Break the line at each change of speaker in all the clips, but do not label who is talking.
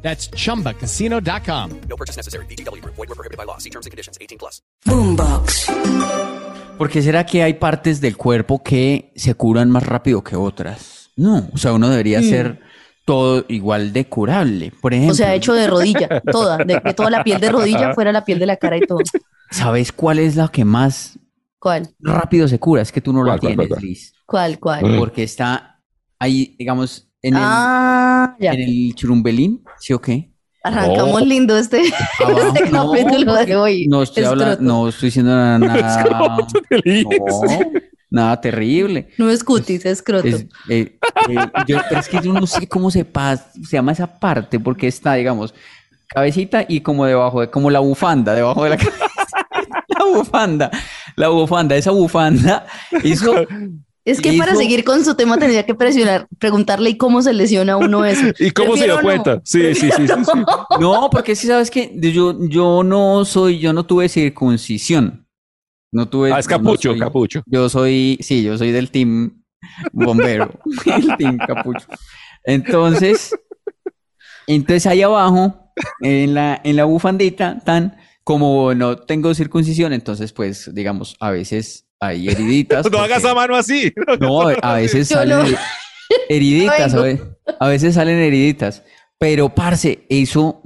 That's chumbacasino.com.
No purchase necessary. BGW. Void were prohibited by law. See terms and conditions. 18 plus.
Boombox.
¿Por qué será que hay partes del cuerpo que se curan más rápido que otras? No, o sea, uno debería ser todo igual de curable. Por ejemplo,
Mm. O sea, hecho de rodilla, toda, de que toda la piel de rodilla fuera la piel de la cara y todo.
¿sabes cuál es la que más
¿Cuál?
rápido se cura? Es que tú no la
¿Cuál, cuál,
tienes,
cuál, cuál?
Liz.
¿Cuál? ¿Cuál?
Porque está ahí, digamos, en el,
Ah, ya.
en el churumbelín, ¿sí o qué?
Arrancamos lindo este,
Abajo.
este
No,
capítulo de hoy.
No estoy,
Es
hablando,
troto.
no estoy diciendo nada, nada, no, nada terrible.
No es cutis, es croto.
Es, eh, eh, yo, pero es que yo no sé cómo se, pas- se llama esa parte, porque está, digamos, cabecita y como debajo, de, como la bufanda, debajo de la cabeza. La bufanda, la bufanda, esa bufanda, eso,
Es que para
hizo-
seguir con su tema tendría que presionar, preguntarle ¿y cómo se lesiona uno eso.
¿Y cómo se
Prefiero
dio
no.
cuenta? Sí, sí, sí, sí, sí.
no, porque si sabes que yo, yo no soy, yo no tuve circuncisión, no tuve,
Ah, es
no
capucho,
soy-
capucho.
Yo soy, sí, yo soy del team bombero, el team capucho. Entonces, entonces ahí abajo, en la, en la bufandita, tan como no tengo circuncisión, entonces pues digamos, a veces hay heriditas.
No hagas
porque-
a mano así.
No, a veces
Yo
salen
no.
heri- heriditas,
No
a ve- a veces salen heriditas. Pero, parce, eso,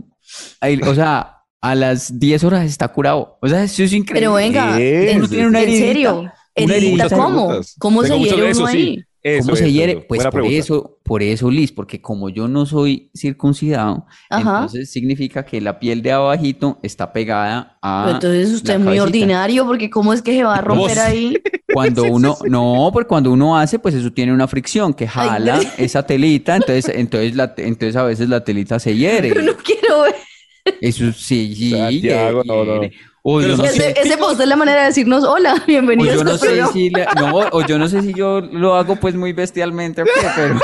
el- o sea, a las 10 horas está curado. O sea, eso es increíble.
Pero venga,
¿Qué?
en,
Uno tiene una
en
heridita,
serio, ¿heridita
heridita.
cómo?
Muchas
¿Cómo se
Tengo muchos-
hiere
eso
uno
sí.
ahí?
Eso,
¿Cómo se
eso,
hiere?
eso.
Pues
Buena
por
pregunta.
eso, por eso, Liz, porque como yo no soy circuncidado,
Ajá.
entonces significa que la piel de abajito está pegada a.
Pero entonces usted
ah, la
es muy
cabecita.
ordinario porque ¿cómo es que se va a romper
Vos-
ahí?
Cuando uno, no, porque cuando uno hace, pues eso tiene una fricción que jala
Dios.
esa telita, entonces, entonces, la, te- entonces a veces la telita se hiere.
Yo no quiero ver.
Eso sí, sí,
Santiago, no, no.
hiere. O yo no
Ese,
sé,
ese post es la manera de decirnos hola,
o
bienvenidos
yo
a
no
este
sé
programa.
si la- no, o yo no sé si yo lo hago pues muy bestialmente, pero, pero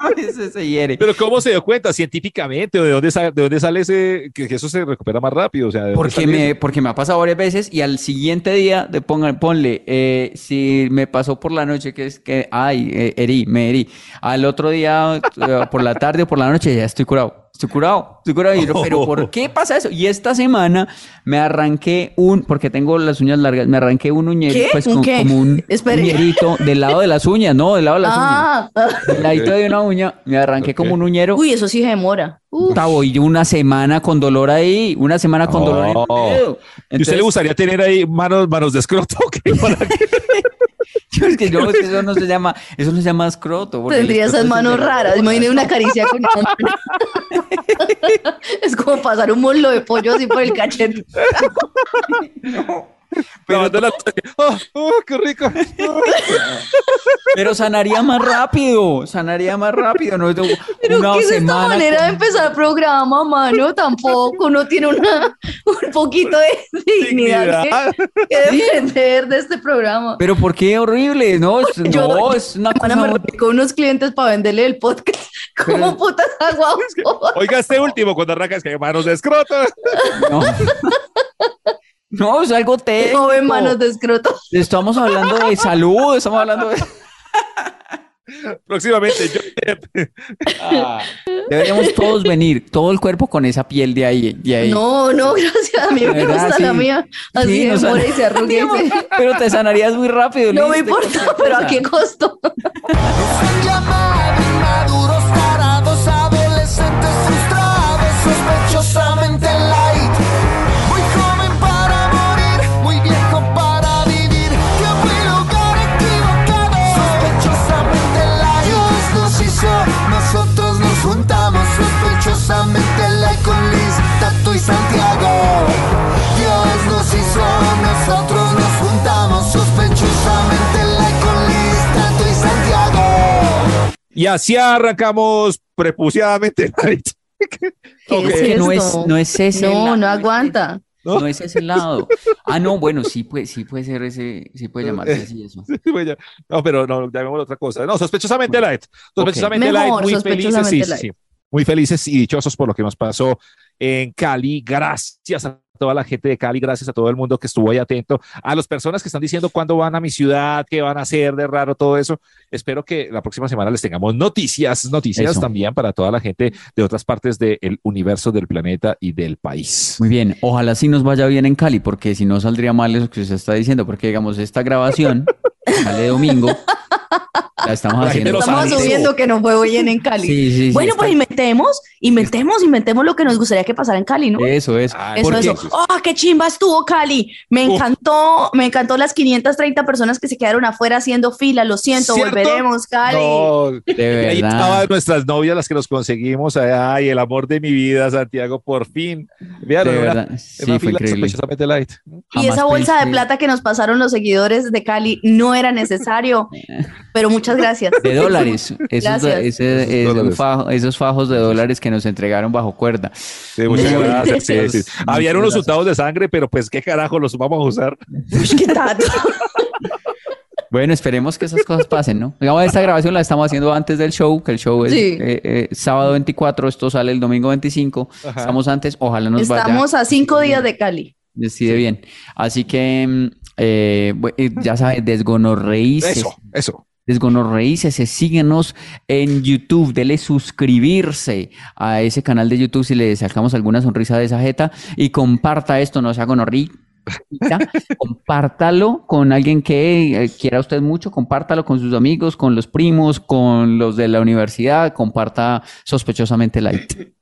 a veces se hiere.
Pero ¿cómo se dio cuenta científicamente? ¿O ¿De dónde, sa- de dónde sale ese que, que eso se recupera más rápido? O sea, ¿de dónde
Porque
sale
me,
eso?
porque me ha pasado varias veces y al siguiente día, de pongan, ponle, eh, si me pasó por la noche, que es que, ay, eh, herí, me herí. Al otro día, eh, por la tarde o por la noche, ya estoy curado, estoy curado, estoy curado. Y yo, pero ¿por qué pasa eso? Y esta semana me arranqué un, porque tengo las uñas largas, me arranqué un uñero,
¿Qué?
pues
¿Un
con-
qué?
como un
Espere.
uñerito del lado de las uñas, no, del lado de las uñas.
Ah, ah.
Del ladito de una uña, me arranqué como un uñero.
uy, eso sí se demora. Uh,
Octavo, y yo una semana con dolor ahí, una semana con dolor en el
No.
dedo.
Oh. ¿Y usted le gustaría tener ahí manos, manos de escroto? ¿Qué? ¿Para qué?
Yo, es que yo- es que eso no se llama, eso no se llama escroto. porque el
tendría
escroto es
esas
el
manos
de la
raras.
bola.
Imagínate una caricia con esa mano. Es como pasar un muslo de pollo así por el cachete.
Lavando la ¡Oh, oh, qué rico!
Pero sanaría más rápido, sanaría más rápido. No es de
Pero
una
¿qué es esta
semana.
manera de
con-
empezar el programa, mano? Tampoco uno tiene una, un poquito de dignidad
Dignidad.
que, que defender de este programa.
Pero ¿por qué horrible? No, es,
Yo-
Pues no,
yo-
es una
Ahora
cosa. Pues
me reuní con unos clientes para venderle el podcast. ¿Cómo
Pero-
putas hago ahora?
Oiga, este último, cuando arranca, es que hay manos de escroto.
No. No, es algo técnico.
No ven manos de escroto.
Estamos hablando de salud, estamos hablando de.
Próximamente, yo
Deberíamos todos venir, todo el cuerpo con esa piel de ahí. De ahí.
No, no, gracias. A mí
De
me
verdad,
gusta la
sí.
mía. Así
Sí,
se
no
demora y se arruga. y se-
Pero te sanarías muy rápido.
No
Liz,
me
de
importa,
cualquier
pero ¿a
cosa.
qué costo?
llamar inmaduros, tarados, adolescentes frustrados, sospechosamente light. Muy joven para morir, muy viejo para vivir. Yo fui lugar equivocado, sospechosamente light. Dios nos hizo, nosotros nos juntamos, sospechosamente light con Liz, Tato y Santiago. Dios nos hizo, nosotros nos juntamos, sospechosamente light con Liz, Tato y Santiago.
Y así arrancamos prepuciadamente.
¿Qué
Ok.
es
Que no es,
esto?
no es ese.
No,
la-
no aguanta.
No.
No. es ese lado. Ah, no, bueno, sí puede, sí puede ser ese, sí puede llamarse así eso.
Bueno, pues ya- No, pero no, llamémoslo otra cosa. No, sospechosamente light. Sospechosamente light,
Mejor,
muy felices.
sospechosamente
Sí,
light.
sí, Muy felices y dichosos por lo que nos pasó en Cali. Gracias a toda la gente de Cali, gracias a todo el mundo que estuvo ahí atento, a las personas que están diciendo cuándo van a mi ciudad, qué van a hacer de raro, todo eso. Espero que la próxima semana les tengamos noticias, noticias
Eso.
también para toda la gente de otras partes del universo, del planeta y del país.
Muy bien, ojalá sí nos vaya bien en Cali, porque si no saldría mal eso que usted está diciendo, porque digamos, esta grabación sale domingo, la estamos
La gente
haciendo.
lo
Estamos
sabe.
subiendo que no fue bien en Cali.
Sí, sí, sí,
bueno,
está-
pues inventemos, inventemos, inventemos lo que nos gustaría que pasara en Cali, ¿no?
Eso es.
Ah,
Eso,
porque-
eso. ¡Oh, qué chimba estuvo Cali! Me
Uf.
encantó, me encantó las 530 personas que se quedaron afuera haciendo fila. Lo siento,
¿Cierto?
volveremos, Cali.
No,
De
Ahí
verdad.
estaban nuestras novias, las que nos conseguimos. Ay, el amor de mi vida, Santiago, por fin. Vean,
de
era
verdad.
era una
Sí, fue
fila
increíble.
sospechosamente light.
Y esa
Jamás
bolsa de
pensé-
plata que nos pasaron los seguidores de Cali no era necesario, pero muchas gracias.
De dólares. Esos, do-
Gracias.
ese-
Esos
esos
dólares.
fajo- esos fajos de dólares que nos entregaron bajo cuerda.
Sí, muchas
Muchas
gracias.
gracias.
sí, sí.
Muchas
Habían unos
gracias.
untados de sangre, pero pues qué carajo los vamos a usar.
Uy, qué tato.
Bueno, esperemos que esas cosas pasen, ¿no? Digamos, esta grabación la estamos haciendo antes del show, que el show es
Sí.
eh, eh, sábado 24, esto sale el domingo 25.
Ajá.
Estamos antes, ojalá nos vaya.
Estamos a cinco días de Cali.
Decide bien. Así que, mm, eh, bu- eh, ya sabes, desgonorreíces.
Eso, eso.
Desgonorreíces, síguenos en YouTube, dele suscribirse a ese canal de YouTube si le sacamos alguna sonrisa de esa jeta y comparta esto, no sea gonorri. compártalo con alguien que eh, quiera usted mucho, compártalo con sus amigos, con los primos, con los de la universidad, comparta sospechosamente light.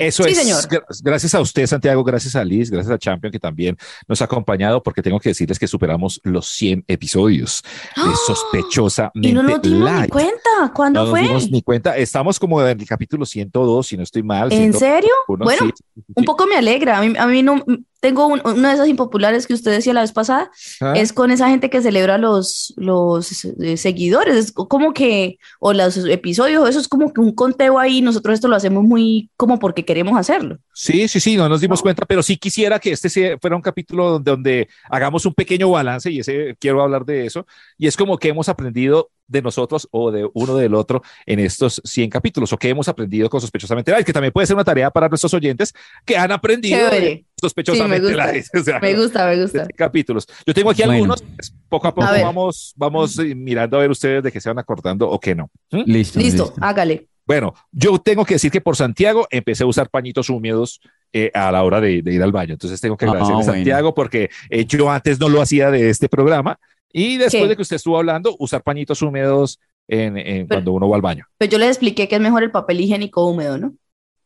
Eso
Sí,
es.
señor.
Gra- Gracias a usted, Santiago. Gracias a Liz. Gracias a Champion, que también nos ha acompañado, porque tengo que decirles que superamos los 100 episodios de sospechosamente
¡Ah! Y no nos dimos ni
light.
cuenta. ¿Cuándo
no
fue?
nos dimos ni cuenta. Estamos como en el capítulo 102, si no estoy mal.
¿En
101,
serio? Bueno,
sí, sí, sí.
Un poco me alegra. A mí, a mí no. Tengo un- una de esas impopulares que usted decía la vez pasada.
Ah.
Es con esa gente que celebra los, los eh, seguidores. Es como que. O los episodios. Eso es como que un conteo ahí. Nosotros esto lo hacemos muy como porque queremos hacerlo.
Sí, sí, sí, no nos dimos cuenta, pero sí quisiera que este sea- fuera un capítulo donde, donde hagamos un pequeño balance y ese quiero hablar de eso. Y es como que hemos aprendido de nosotros o de uno del otro en estos 100 capítulos o que hemos aprendido con sospechosamente Light, que también puede ser una tarea para nuestros oyentes que han aprendido de
Chévere.
sospechosamente
gusta.
Light. O sea,
Me gusta, me gusta.
de capítulos. Yo tengo aquí
Bueno.
algunos, pues, poco a poco
A ver.
vamos, vamos eh, mirando a ver ustedes de qué se van acordando o qué no. ¿Mm?
Listo.
Listo, Ah. hágale.
Bueno, yo tengo que decir que por Santiago empecé a usar pañitos húmedos eh, a la hora de, de ir al baño. Entonces tengo que
Ah,
agradecerle a
bueno.
Santiago porque eh, yo antes no lo hacía de este programa. Y después
¿Qué?
de que usted estuvo hablando, usar pañitos húmedos en, en
Pero-
cuando uno va al baño.
Pero Pues yo les expliqué que es mejor el papel higiénico húmedo, ¿no?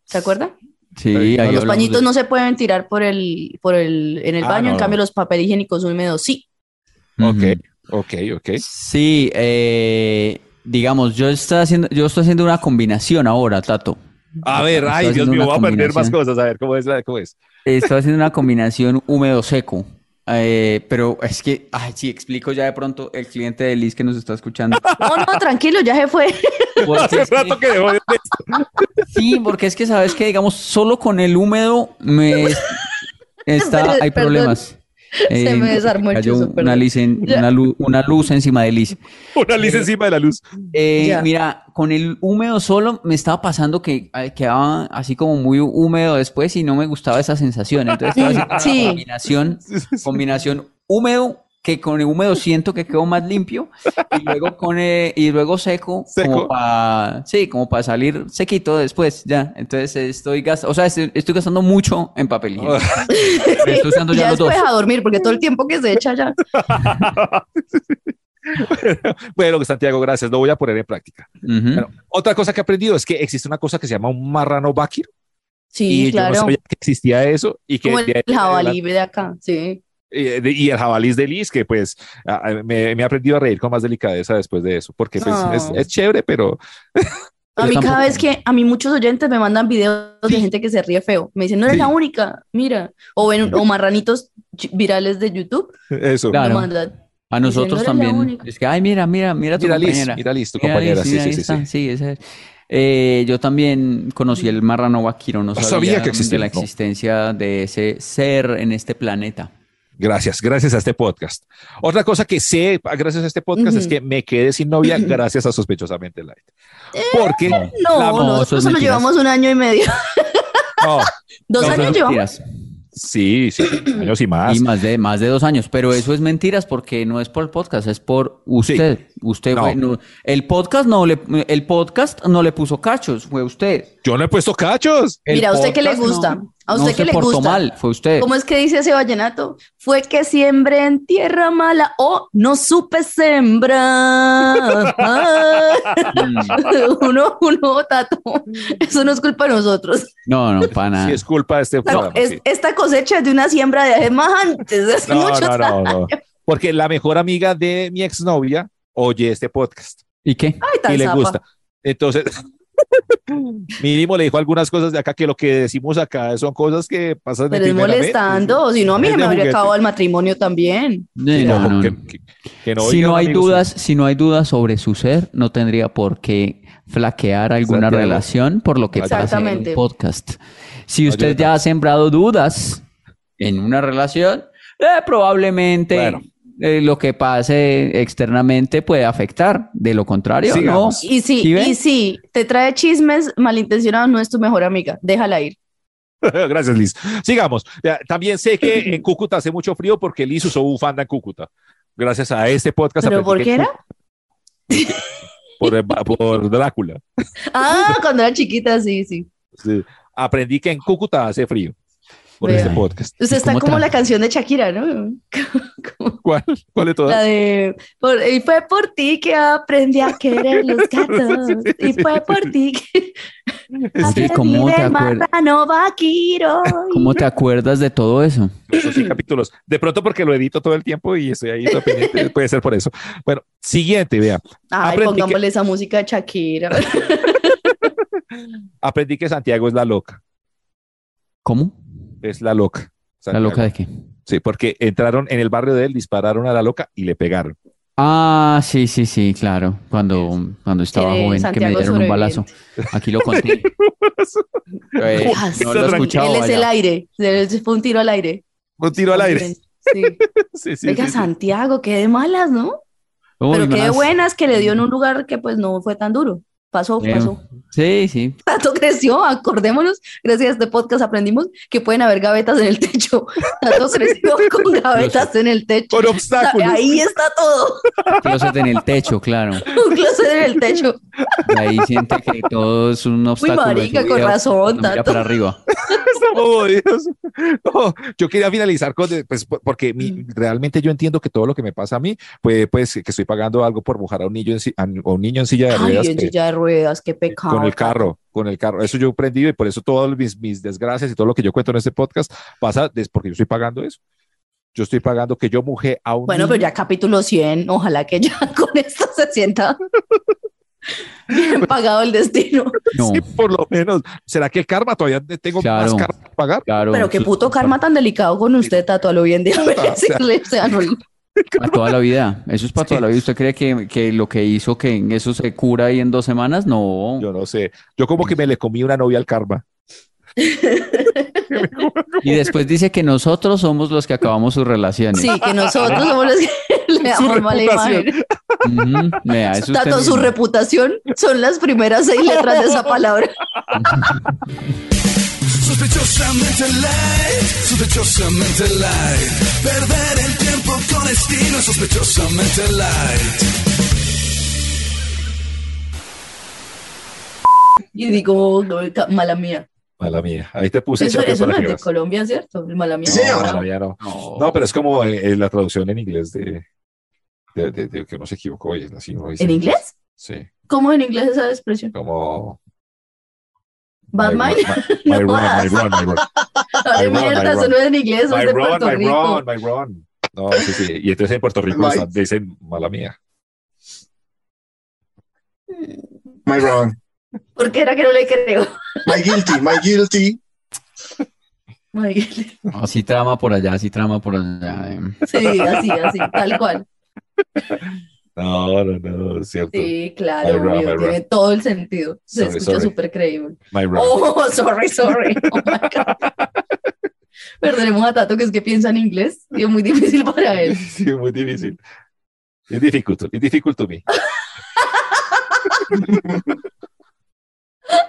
¿Se acuerda?
Sí,
Ahí
ahí
los
Los
hablamos
pañitos
de-
no se pueden tirar por el, por el, en el
Ah,
baño,
no,
en
no.
cambio los papel higiénicos húmedos sí.
Ujú.
Ok, ok, ok.
Sí, eh, digamos, yo estoy haciendo, yo estoy haciendo una combinación ahora, Tato.
A ver,
Estoy
ay, Dios
haciendo
mío, voy
una
a perder más
combinación.
cosas. A ver, ¿cómo es? la- ¿Cómo es?
Estoy haciendo una combinación húmedo-seco. eh, pero es que, ay, sí, explico ya de pronto el cliente de Liz que nos está escuchando.
No, no, tranquilo, ya se fue.
Porque
Hace
es que-
rato que dejó de-
sí, porque es que sabes que, digamos, solo con el húmedo me está, hay
Perdón.
problemas. Eh,
Se me desarmó el
cayó
chuzo,
una,
perdón.
Liz en-
Ya.
una, lu- una luz encima de Liz.
una lisa encima de la luz.
Eh,
Ya.
mira, con el húmedo solo me estaba pasando que eh, quedaba así como muy húmedo después y no me gustaba esa sensación. Entonces estaba haciendo una
Sí.
combinación, combinación húmedo, que con el húmedo siento que quedó más limpio y luego con eh, y luego seco,
Seco.
como para sí, como para salir sequito después, ya. Entonces estoy gastando, o sea, estoy, estoy gastando mucho en papel
Oh.
higiénico.
Ah,
Me estoy usando ya
ya
los dos.
después a dormir, porque todo el tiempo que se echa ya.
Bueno, Santiago, gracias. Lo voy a poner en práctica.
Ujú.
Bueno, otra cosa que he aprendido es que existe una cosa que se llama un marrano vaquero.
Sí,
y
claro.
yo no sabía que existía eso y que
Como el,
de-
el jabalí de acá, sí.
eh, de- y el jabalí de Liz que pues ah, ah, me, me he aprendido a reír con más delicadeza después de eso porque pues,
No.
es, es chévere pero
A
Yo
mí cada
tampoco.
vez que, a mí muchos oyentes me mandan videos de gente que se ríe feo. Me dicen, no eres
Sí.
la única, mira. O, ven- o marranitos ch- virales de YouTube.
eso
me
Claro.
mandan.
A
Diciendo,
nosotros
"Eres la
también.
única".
Es que, ay, mira, mira, mira a tu
mira Liz
compañera.
mira Liz tu
Mira,
compañera
ahí,
sí
ahí
sí sí,
está,
sí.
sí, esa es. Eh, yo también conocí el marrano vaquiro, no
No
sabía,
Ah, sabía que
de
existía,
la
no.
existencia de ese ser en este planeta.
Gracias, gracias a este podcast. Otra cosa que sé gracias a este podcast es
Ujú.
que me quedé sin novia gracias a sospechosamente light. Porque
Eh, No,
no,
la-
eso
nosotros
es
solo
mentiras.
llevamos un año y medio.
no,
Dos
No,
años
no,
llevamos.
Mentiras.
sí, Ah, sí, años y más.
Y más de, más de dos años, pero eso es mentiras porque no es por el podcast, es por usted. Usted
No.
fue- no- el podcast no le, el podcast no le puso cachos, fue usted.
Yo no he puesto cachos.
El
Mira, ¿a usted qué le
podcast
gusta?
no-
¿A usted
no
qué
se
le
portó
gusta?
mal, fue usted.
¿Cómo es que dice ese vallenato? Fue que siembre en tierra mala o no supe sembrar.
Mm,
uno, uno, tato. Eso no es culpa de nosotros.
No, no, para nada.
Sí, es culpa de este
La-
programa.
es-
sí.
Esta cosecha es de una siembra de hace más antes, de hace
No,
muchos
no,
años.
no, no. Porque la mejor amiga de mi exnovia oye este podcast
¿Y qué?
Ay, tan
y le
zapa.
gusta. Entonces, mínimo le dijo algunas cosas de acá que lo que decimos acá son cosas que pasan de
Pero es
primera vez.
molestando. Si no, a mí
Es
se
de
me habría
juguete.
acabado el matrimonio también.
Eh,
No,
no, no,
que-
no.
que- que no
si
oigan,
no hay
amigos.
dudas, si no hay dudas sobre su ser, no tendría por qué flaquear alguna
Santiago.
relación por lo que pasa en
Exactamente.
el podcast. Si usted
Ayuda.
ya ha sembrado dudas en una relación, eh, probablemente
Bueno.
eh, lo que pase externamente puede afectar. De lo contrario, no.
Sigamos.
Y si,
¿Sí ven?
y si te trae chismes malintencionados, no es tu mejor amiga. Déjala ir.
Gracias, Liz. Sigamos. Ya, También sé que en Cúcuta hace mucho frío porque Liz usó bufanda en Cúcuta. Gracias a este podcast.
¿Pero
aprendí
por
que
qué era?
Cú- Por, por Drácula.
Ah, cuando era chiquita, sí, sí.
Sí. Aprendí que en Cúcuta hace frío por
Vea.
este podcast.
Usted está
¿Cómo
como
tra-
la canción de Shakira, ¿no?
¿Cuál, cuál de todas?
La de por- y fue por ti que aprendí a querer los gatos. Y fue por ti que
Este,
Sí,
aprendí
¿cómo te
del
acuerdas?
marrano vaquiro.
¿Cómo te acuerdas de todo eso?
Esos sí capítulos. De pronto porque lo edito todo el tiempo y estoy ahí todo pendiente. Puede ser por eso. Bueno, siguiente, vea.
Ay,
Aprendí que-
pongámosle esa música de Shakira.
Aprendí que Santiago es la loca.
¿Cómo?
Es la loca.
¿La
Santiago.
loca de qué?
Sí, porque entraron en el barrio de él, dispararon a la loca y le pegaron.
Ah, sí, sí, sí, claro. Cuando, cuando estaba
Eh,
joven, que me
Santiago
dieron un balazo. Aquí lo conté. Eh, no lo he escuchado.
Él es el
vaya.
aire. Él Fue un tiro al aire.
Un tiro al aire.
Sí.
Sí, sí,
Oiga,
sí, sí.
Santiago, qué de malas, ¿no?
Uy, Mm.
Pero qué de
más.
buenas que le dio en un lugar que pues no fue tan duro. Pasó,
Eh,
pasó.
Sí, sí.
Tato creció, acordémonos, gracias a este podcast aprendimos que pueden haber gavetas en el techo. Tato creció con gavetas en el techo.
Con obstáculos.
Ahí está todo.
Closet en el techo, claro.
Un closet en el techo.
Y ahí siente que todo es un obstáculo. de
marica,
su
con
vida,
razón,
cuando mira
tanto.
para arriba.
Estamos jodidos. No, yo quería finalizar con, pues, por- porque mi-
Mm.
realmente yo entiendo que todo lo que me pasa a mí, pues, pues que estoy pagando algo por mojar a un niño en, si- a un niño en silla de
Ay,
ruedas.
yo en
que-
silla de ruedas, qué pecado.
eh, con el carro, con el carro. Eso yo he aprendido y por eso todas mis, mis desgracias y todo lo que yo cuento en este podcast pasa es porque yo estoy pagando eso. Yo estoy pagando que yo mujé a un
Bueno,
niño.
pero ya capítulo 100, ojalá que ya con esto se sienta bien pagado el destino.
No,
Sí, por lo menos. ¿Será que el karma todavía tengo
Claro.
más karma que pagar?
claro.
Pero qué puto karma tan delicado con usted, Tato, a lo bien de
Puta, o sea.
decirle, o sea, no-
Para toda la vida. Eso es para toda la vida. ¿Usted cree que, que lo que hizo, que en eso se cura ahí en dos semanas? No.
Yo no sé. Yo como que me le comí una novia al karma.
Y después dice que nosotros somos los que acabamos sus relaciones.
Sí, que nosotros somos los que le damos mala
reputación.
imagen.
Ujú, vea, es usted
Tato, su
mismo.
reputación son las primeras seis letras de esa palabra.
Sospechosamente light, sospechosamente light. Perder el tiempo con estilo, sospechosamente light.
Y digo, no, ca- mala mía.
Mala mía. Ahí te puse
Eso,
Chape,
eso
para
no
que
es de
veas.
Colombia, ¿cierto? El mala mía.
Sí,
No,
ahora.
mala mía no.
No.
No, pero es como eh, eh, la traducción en inglés de, de- de- de que uno se equivocó y así uno dice.
¿En inglés?
Sí,
¿Cómo en inglés esa expresión?
como...
Bad
my,
mind.
my,
No
my run, my
jodas.
run, my run.
Ay,
my run,
mierda,
my
eso
run.
no es en inglés, eso
My
es de
Ron,
Puerto
my
Rico.
Ron, my Ron. No, sí, sí. Y entonces en Puerto Rico
My-
sa- dicen mala mía.
My wrong,
¿Por qué era que no le creo?
my guilty, my guilty.
Ay,
Así trama por allá, así trama por allá. eh.
Sí, así, así, tal cual.
No, no, no, es cierto.
Sí,
I
claro,
rap,
obvio,
I rap.
tiene todo el sentido. Se
Sorry,
escucha
sorry.
súper creíble.
My rap.
Oh, sorry, sorry. Oh my God. Perdonemos a Tato, que es que piensa en inglés y es muy difícil para él.
Sí, es muy difícil. Es difficult, es difficult to me.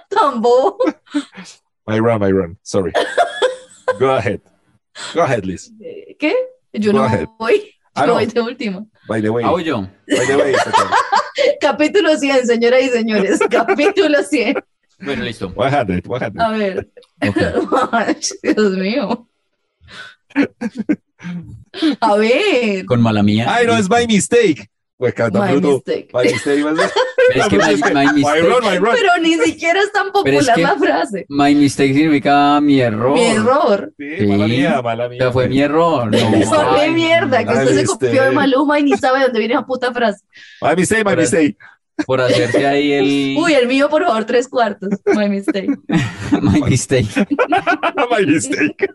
Tan bobo.
My run, my run. Sorry. Go ahead. Go ahead, Liz.
Eh, ¿Qué? Yo
Go
no
ahead.
voy.
Ah,
Yo
no.
voy de última.
By the way.
Ah, voy yo.
By the way. Satan.
Capítulo 100, señoras y señores. Capítulo 100.
Bueno, listo.
100, 100.
Oh.
A ver. Dios mío. A ver.
Con mala mía.
Ay, no, es by mistake. Pues canta
My
Bruno.
mistake.
By mistake. my mistake.
Pero es que
Bruno,
my,
es que-
my mistake,
My run, my run.
Pero ni siquiera es tan
Pero
popular
es que-
la frase.
my mistake significa mi error.
Mi error.
Sí, mala
Sí.
mía, mala mía.
O sea, fue mi error. No,
Son de
ay,
mierda, que
ay,
usted se
este-
copió de Maluma y ni sabe de dónde viene esa puta frase.
My mistake, my
Ahora-
mistake.
Por hacerse ahí el
Uy, el mío, por favor, tres cuartos. My mistake.
my mistake.
my mistake.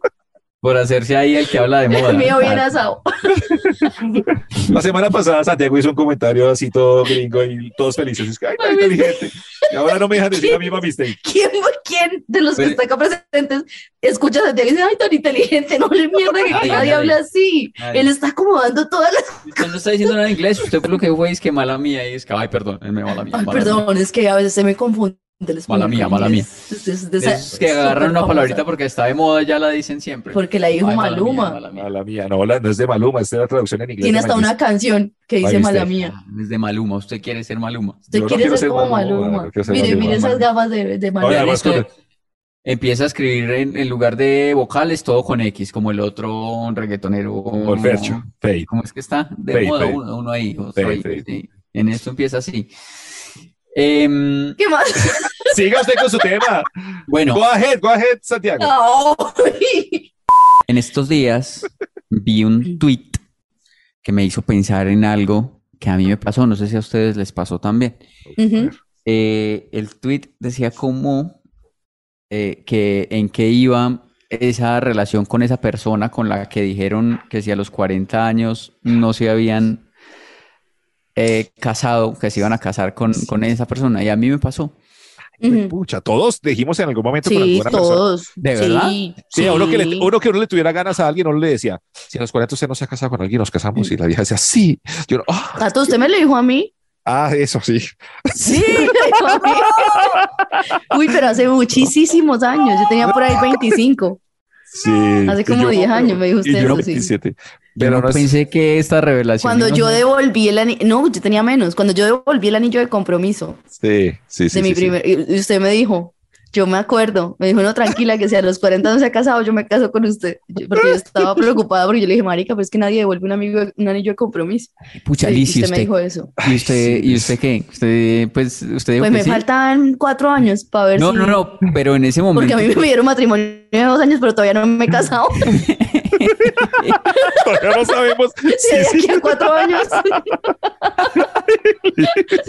Por hacerse ahí el que habla de moda.
El mío viene
Ah,
asado.
La semana pasada Santiago hizo un comentario así todo gringo y todos felices. Es que, ay, tan
My
inteligente. Y ahora no me dejan decir la misma mistake.
¿Quién, quién de los que
Pero-
están acá presentes escucha a Santiago y dice, ay, tan inteligente, no le mierda que
Ay, ay,
nadie habla así?
ay.
Él está acomodando todas las...
Usted pues, no está diciendo nada en inglés. Usted lo que fue es que mala mía. Y es que, ay, perdón, me mala mía.
Ay,
mala
perdón, es que a veces se me confunde. el español
Mala mía,
con
mala
el
mía.
inglés. Es, es-
mía.
es-
Es que agarran una
súper
palabrita
famosa,
porque está de moda, ya la dicen siempre.
porque la dijo
Ay, mala mía,
Maluma.
mala mía.
Mala mía. No, la- no es de Maluma, es de la traducción en inglés.
Tiene
de
hasta
my
una canción que
My
dice mala
mistake.
mía.
Es de Maluma. Usted quiere ser Maluma.
Usted
Yo no
quiere
quiero
ser,
ser
como
Maluma,
Maluma.
no quiero ser
mire,
Maluma.
mire esas gafas de, de
Oye,
Maluma.
además
esto-
con-
Empieza a escribir en, en lugar de vocales todo con X, como el otro reggaetonero.
Por Fercho. Fade.
¿Cómo es que está? De
Fade,
moda
fade.
uno, uno ahí. otro
Fade,
ahí,
fade.
sí. En esto empieza así. Em,
¿Qué más?
Siga usted con su tema.
bueno,
Go ahead, go ahead, Santiago.
Ay.
en estos días vi un tweet que me hizo pensar en algo que a mí me pasó. No sé si a ustedes les pasó también.
Ujú.
eh, el tweet decía como eh, que en qué iba esa relación con esa persona con la que dijeron que si a los 40 años no se habían eh, casado, que se iban a casar con, con esa persona. Y a mí me pasó.
Ujú.
Pucha, todos dijimos en algún momento con
Sí,
alguna persona.
todos.
¿De
Sí,
verdad?
Sí,
Sí, a uno que, le, uno que uno le tuviera ganas a alguien, uno le decía, si a los 40 usted no se ha casado con alguien, nos casamos. Y la vieja decía, sí. Yo, ah,
Tato, usted me lo dijo a mí.
ah, eso sí.
Sí, me lo dijo a mí. Uy, pero hace muchísimos años. Yo tenía por ahí 25.
Sí.
Hace
Y
como
yo-
10 años me dijo
Y
usted
yo
eso, sí.
27.
Yo
Pero pues
no
no es-
pensé que esta revelación
Cuando
iba a
yo
ser-
devolví el anillo, no, yo tenía menos. Cuando yo devolví el anillo de compromiso
Sí, sí, sí.
de mi
sí, sí.
primer, y usted me dijo, yo me acuerdo, me dijo, no, tranquila, que si a los 40 no se ha casado, yo me caso con usted. Yo- porque yo estaba preocupada porque yo le dije, marica, pero es que nadie devuelve un, amigo, un anillo de compromiso.
Pucha,
Y
Liz,
usted,
¿y
me
usted-
dijo eso.
¿y usted, y usted qué? Usted, pues, usted dijo
Pues
que
me
sí.
faltan cuatro años para ver
No,
si...
no, no, pero en ese
Porque
momento.
a mí me pidieron matrimonio de dos años, pero todavía no me he casado.
Todavía no sabemos.
Sí,
Sí,
de
sí.
aquí a cuatro años.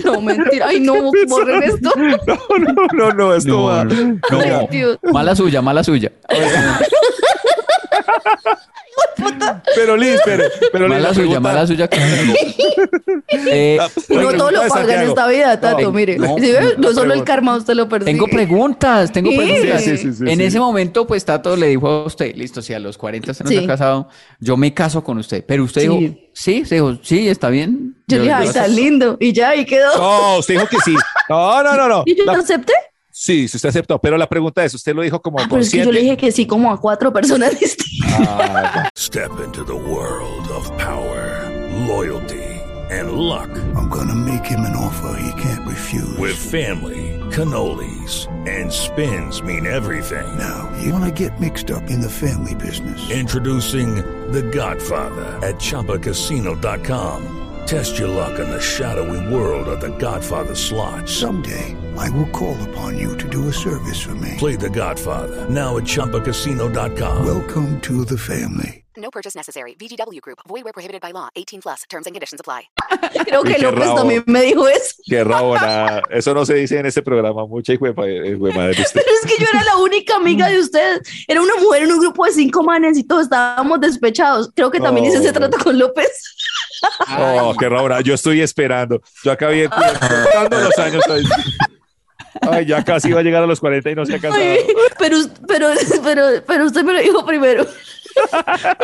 No, mentira. Ay, no, borren esto.
No, no, no, no, esto
No,
va.
no,
Mira,
Ay, Dios.
Mala suya, mala suya.
Pero Liz, pero, pero Liz,
Mala
la
suya,
pregunta- pues,
mala suya. Eh,
la-
Y
la
no todo lo
pregunta de
paga en
Santiago.
esta vida, Tato,
No,
mire.
no,
Si ve,
no,
no solo el
pregunta.
karma usted lo persigue.
Tengo preguntas, tengo
Sí.
preguntas.
Sí, sí,
sí, sí,
en
sí.
ese momento, pues Tato le dijo a usted, listo, si a los 40 usted no se
Sí.
ha casado, yo me caso con usted. Pero usted
Sí.
dijo, sí, se dijo, sí, está bien.
Yo le dije, ay, tan lindo. Y ya, y quedó.
No, usted dijo que sí. No, no, no, no.
¿Y yo
La-
lo acepté?
Sí, sí, usted aceptó, pero la pregunta es, ¿usted lo dijo como
Ah, pero es que
consciente?
yo le dije que sí como a cuatro personas distintas.
Ah,
Step into the world of power, loyalty, and luck. I'm going to make him an offer he can't refuse. With family, cannolis, and spins mean everything. Now, you want to get mixed up in the family business. Introducing The Godfather at ChumbaCasino.com. Test your luck in the shadowy world of The Godfather slot. Someday, I will call upon you to do a service for me. Play The Godfather now at ChumbaCasino.com. Welcome to the family.
No purchase necessary. VGW Group. Void where prohibited by law. 18 plus. Terms and conditions apply.
Creo
Uy,
que
qué
López
rabo.
también me dijo eso.
qué rabona. ah, Eso no se dice en este programa. Mucha hijo de pa- eh, hijo de madre usted.
Pero es que yo era la única amiga de ustedes. Era una mujer en un grupo de cinco manes y todos estábamos despechados. Creo que también hice ese
No.
trato con López.
Oh, qué rabona. Yo estoy esperando. Yo acabé contando los años. Ay, ya casi va a llegar a los 40 y no se ha casado.
Ay, pero, pero, pero, pero usted me lo dijo primero.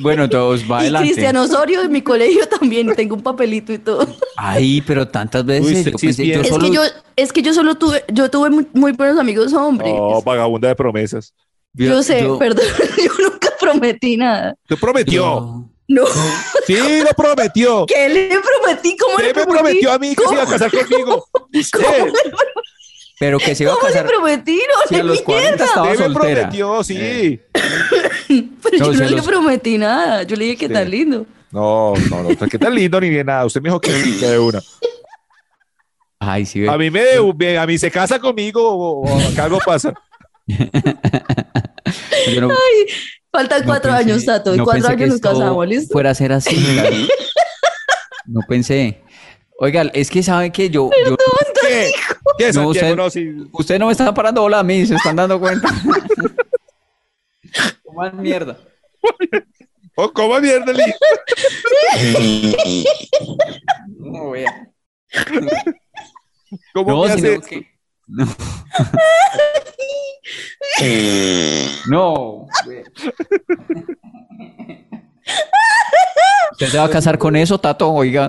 Bueno, todos va
Y
adelante.
Cristian Osorio en mi colegio también, tengo un papelito y todo.
Ay, pero tantas veces.
Uy,
yo
sí,
pensé,
sí,
yo
es
Es
solo-
que yo, es que yo solo tuve, yo tuve muy, muy buenos amigos hombres.
Oh, vagabunda de promesas.
yo, sé,
yo-
perdón, yo nunca prometí nada.
Te prometió.
yo-
No,
Sí, lo prometió.
¿qué le prometí? ¿Cómo le
Usted me
prometí?
prometió a mí que se iba a casar conmigo.
¿Cómo,
Usted,
le-
Pero que se iba a
cómo le
casar.
prometí?
Si
No
a
le
los 40
mientas.
estaba
usted me
soltera. Eh.
prometió, sí.
Pero
No,
yo
si
no
a
le
los-
prometí nada. Yo le dije que tan lindo.
No, no, no. ¿Qué tan lindo ni bien nada? Usted me dijo que sí, que de una.
Ay, sí, ve.
A mí, me, a mí se casa conmigo o, o acá algo pasa.
Yo no-
Ay, faltan
no
cuatro
pensé-
años, Tato. En
no
cuatro
pensé que
años nos
esto
casamos, ¿listo?
Fuera a ser así. claro. no pensé. Oigan, es que saben que yo, yo-
¿Qué? ¿Qué,
No,
Santiago?
usted-
No, sí.
ustedes no me están parando bola a mí, se están dando cuenta. Coman mierda.
Oh, ¿Cómo mierda, Lee?
No, vea.
¿Cómo
No,
me hace
sino
esto?
que- No. no. vea. ¿Usted se va a casar con eso, Tato? Oiga.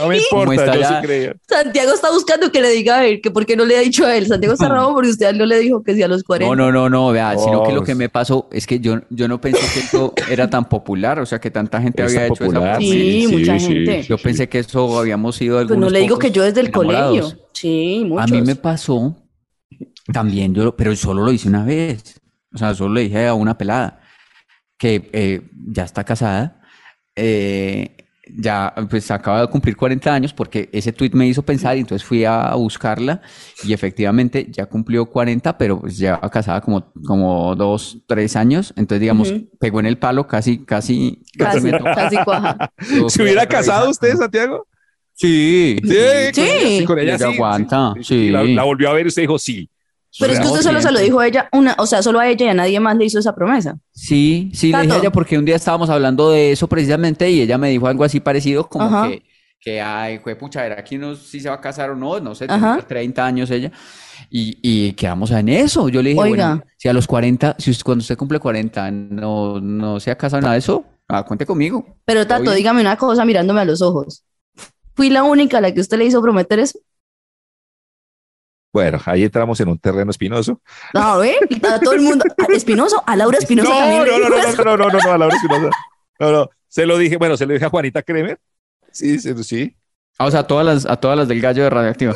No me
Como
importa,
está
yo sí
ya-
creía.
Santiago está buscando que le diga a él, que por qué no le ha dicho a él. Santiago está rabo porque usted no le dijo que sí a los 40.
Mm. No, no, no, no, vea, sino que lo que
Dios.
me pasó es que yo, yo no pensé que esto era tan popular, o sea, que tanta gente
Es
había
tan
hecho esa
popular,
promesa.
Sí, mucha gente.
Yo pensé que eso habíamos sido algunos
Pues no le digo
pocos
que yo desde el
enamorados.
colegio. Sí,
A
muchos.
mí me pasó también, yo, lo- pero solo lo hice una vez. O sea, solo le dije a una pelada que eh, ya está casada, eh, ya pues acaba de cumplir 40 años porque ese tweet me hizo pensar y entonces fui a buscarla y efectivamente ya cumplió 40, pero pues ya casada como, como dos, tres años. Entonces, digamos,
Ujú.
pegó en el palo casi, casi, casi
Casi,
me tocó.
casi cuaja.
Yo
¿Se
fui a
hubiera
revisar.
casado usted, Santiago?
Sí.
con ella
Sí.
con ella
Ella aguanta, sí.
La, la volvió a ver y usted dijo sí.
Pero es que
No,
usted solo se lo
siempre.
dijo a ella, una, o sea, solo a ella y a nadie más le hizo esa promesa.
Sí, sí, le dije a
Tato.
ella porque un día estábamos hablando de eso precisamente y ella me dijo algo así parecido como
Ajá.
que, que ay, juepucha, verá aquí no si se va a casar o no, no sé,
Ajá.
tendrá 30 años ella. Y, y quedamos en eso. Yo le dije, bueno,
Oiga.
si a los 40, si usted- cuando usted cumple 40 no, no se ha casado nada de eso, ah, cuente conmigo.
Pero Tato,
Obvio.
dígame una cosa mirándome a los ojos. ¿Fui la única a la que usted le hizo prometer eso?
Bueno, ahí entramos en un terreno espinoso.
No, ¿ve? A todo el mundo. ¿A Espinoso, a Laura
No,
Espinoso
no,
también le
no, no,
dijo
no,
eso.
no, no, no, no, a Laura Espinosa. No, no. Se lo dije, bueno, se lo dije a Juanita Kremer. Sí, sí, sí.
Ah, o sea, a todas las, a todas las del gallo de radioactiva.